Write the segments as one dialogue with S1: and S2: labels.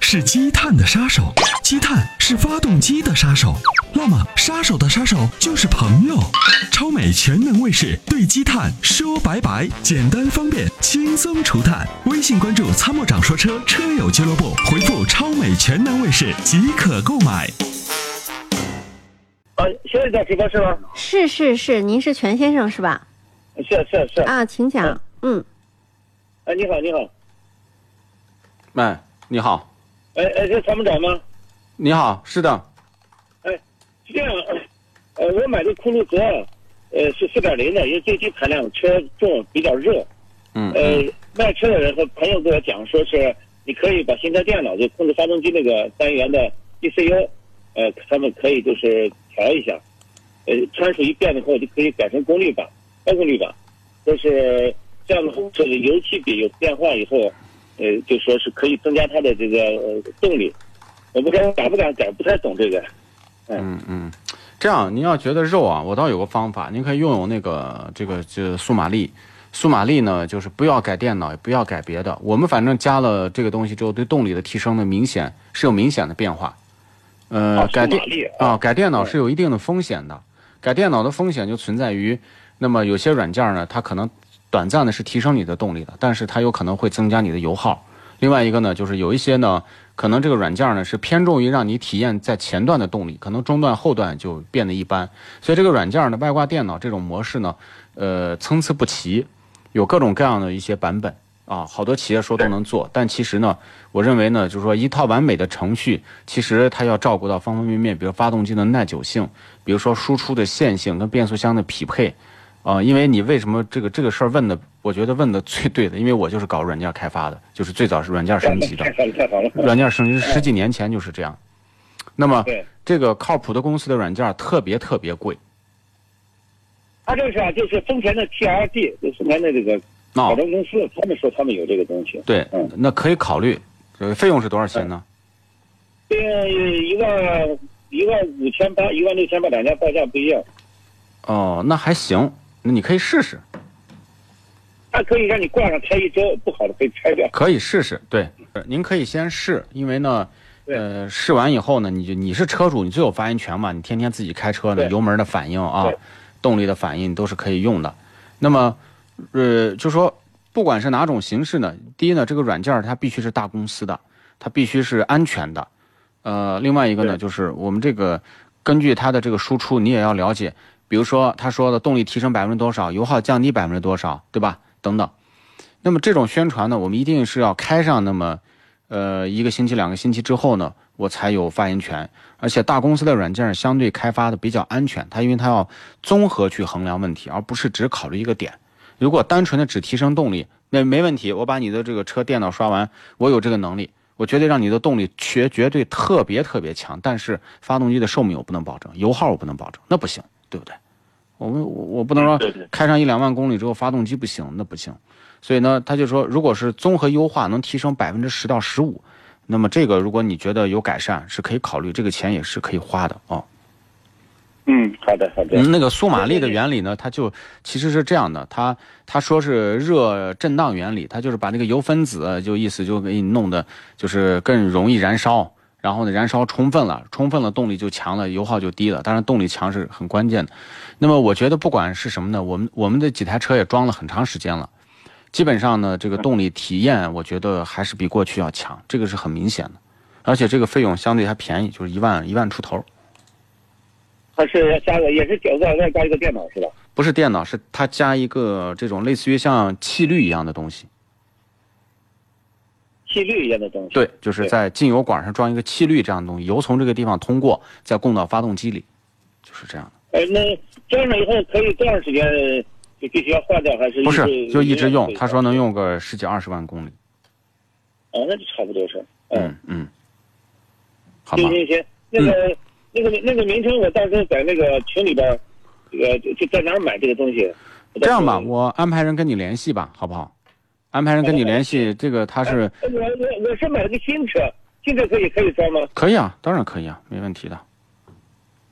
S1: 是积碳的杀手，积碳是发动机的杀手。那么，杀手的杀手就是朋友。超美全能卫士对积碳说拜拜，简单方便，轻松除碳。微信关注“参谋长说车”车友俱乐部，回复“超美全能卫士”即可购买。
S2: 呃，现在在直播室吗？
S3: 是是是，您是全先生是吧？
S2: 是是是。
S3: 啊，请讲。嗯，
S2: 哎，你好，你好。
S4: 喂，你好，
S2: 哎哎，是参谋长吗？
S4: 你好，是的，
S2: 是哎这样，呃，我买的酷路泽，呃，是四点零的，因为最低排量，车重，比较热。
S4: 嗯，
S2: 呃，卖车的人和朋友跟我讲，说是你可以把新车电脑就控制发动机那个单元的 ECU，呃，他们可以就是调一下，呃，参数一变了以后就可以改成功率版、高功率版，就是这样的话，这个油气比有变化以后，呃，就说是可以增加它的这个、呃动力。我不知道敢不敢改，不太懂这个。
S4: 嗯嗯，这样您要觉得肉啊，我倒有个方法，您可以用用那个这个这个、速马力。速马力呢，就是不要改电脑，也不要改别的。我们反正加了这个东西之后，对动力的提升呢，明显是有明显的变化。呃，
S2: 啊
S4: 改
S2: 速
S4: 电
S2: 马力
S4: 啊、
S2: 啊
S4: 改电脑是有一定的风险的。改电脑的风险就存在于，那么有些软件呢，它可能短暂的是提升你的动力的，但是它有可能会增加你的油耗。另外一个呢，就是有一些呢，可能这个软件呢是偏重于让你体验在前段的动力，可能中段、后段就变得一般。所以这个软件呢，外挂电脑这种模式呢，呃，参差不齐，有各种各样的一些版本啊，好多企业说都能做，但其实呢，我认为呢，就是说一套完美的程序，其实它要照顾到方方面面，比如发动机的耐久性，比如说输出的线性跟变速箱的匹配。啊、因为你为什么这个这个事儿问的，我觉得问的最对的，因为我就是搞软件开发的，就是最早是软件升级的
S2: 太，好了，太好了。
S4: 软件升级是十几年前就是这样。那么
S2: 对，
S4: 这个靠谱的公司的软件特别特别贵，
S2: 它这个是啊，就是丰田的 TRD，就丰田的这个
S4: 那、
S2: 保装公司，他们说他们有这个东西。
S4: 啊对
S2: 嗯，
S4: 那可以考虑。呃，费用是多少钱呢？
S2: 这个呃一万一万五千八、一万六千八，两家报价不一样，
S4: 哦，那还行，那你可以试试，
S2: 它可以让你挂上开一周，不好的可以拆掉。
S4: 可以试试。对，呃您可以先试，因为呢，
S2: 对
S4: 呃，试完以后呢，你就你是车主，你最有发言权嘛，你天天自己开车呢，
S2: 对
S4: 油门的反应啊
S2: 对，
S4: 动力的反应都是可以用的。那么，呃，就说不管是哪种形式呢，第一呢，这个软件儿它必须是大公司的，它必须是安全的。呃，另外一个呢，
S2: 对
S4: 就是我们这个根据它的这个输出，你也要了解，比如说他说的动力提升百分之多少，油耗降低百分之多少，对吧？等等。那么这种宣传呢，我们一定是要开上那么，呃，一个星期、两个星期之后呢，我才有发言权。而且大公司的软件相对开发的比较安全，它因为它要综合去衡量问题，而不是只考虑一个点。如果单纯的只提升动力，那没问题。我把你的这个车电脑刷完，我有这个能力，我绝对让你的动力绝绝对特别特别强。但是发动机的寿命我不能保证，油耗我不能保证，那不行，对不对？我们我我不能说
S2: 对对
S4: 开上一两万公里之后发动机不行，那不行。所以呢，他就说，如果是综合优化能提升百分之十到十五，那么这个如果你觉得有改善，是可以考虑，这个钱也是可以花的哦。
S2: 嗯，好的，好的。
S4: 嗯，那个速马力的原理呢，它就其实是这样的，它它说是热震荡原理，它就是把那个油分子就意思就给你弄的，就是更容易燃烧，然后呢燃烧充分了，充分了动力就强了，油耗就低了。当然动力强是很关键的。那么我觉得不管是什么呢，我们我们的几台车也装了很长时间了，基本上呢这个动力体验我觉得还是比过去要强，这个是很明显的，而且这个费用相对还便宜，就是一万一万出头。
S2: 它是要加个，也是九万外加一个电脑是吧？
S4: 不是电脑，是它加一个这种类似于像气滤一样的东西。
S2: 气滤一样的东西。
S4: 对，就是在进油管上装一个气滤这样的东西，油从这个地方通过，再供到发动机里，就是这样的。
S2: 呃，那装上以后可以多长时间就必须要换掉，还是
S4: 不是，就一直用。他说能
S2: 用。
S4: 用个十几二十万公里。
S2: 啊，那就差不多是。嗯，
S4: 嗯嗯，好
S2: 就
S4: 吗？嗯
S2: 那些那个那个那个名称，我到时候在那个群里边，呃，就就在哪儿买这个东西。我到
S4: 这
S2: 时候
S4: 样吧，我安排人跟你联系吧，好不好？安排人跟你联系，这个他是
S2: 我呃我我是买了个新车，新车可以可以装吗？
S4: 可以啊，当然可以啊，没问题的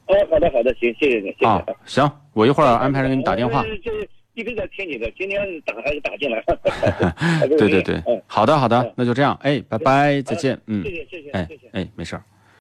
S2: 哦，好的好的，行，谢谢你，谢谢。
S4: 呃啊。行，我一会儿安排人给你打电话
S2: 呃。这一直在听你的，今天打还是打进来 了。还不容易
S4: 对对对
S2: 嗯，，
S4: 好的好的
S2: 嗯，
S4: 那就这样，哎，拜拜，再见，
S2: 嗯
S4: 嗯
S2: 谢，谢谢谢
S4: 哎
S2: 谢谢。
S4: 哎，没事儿。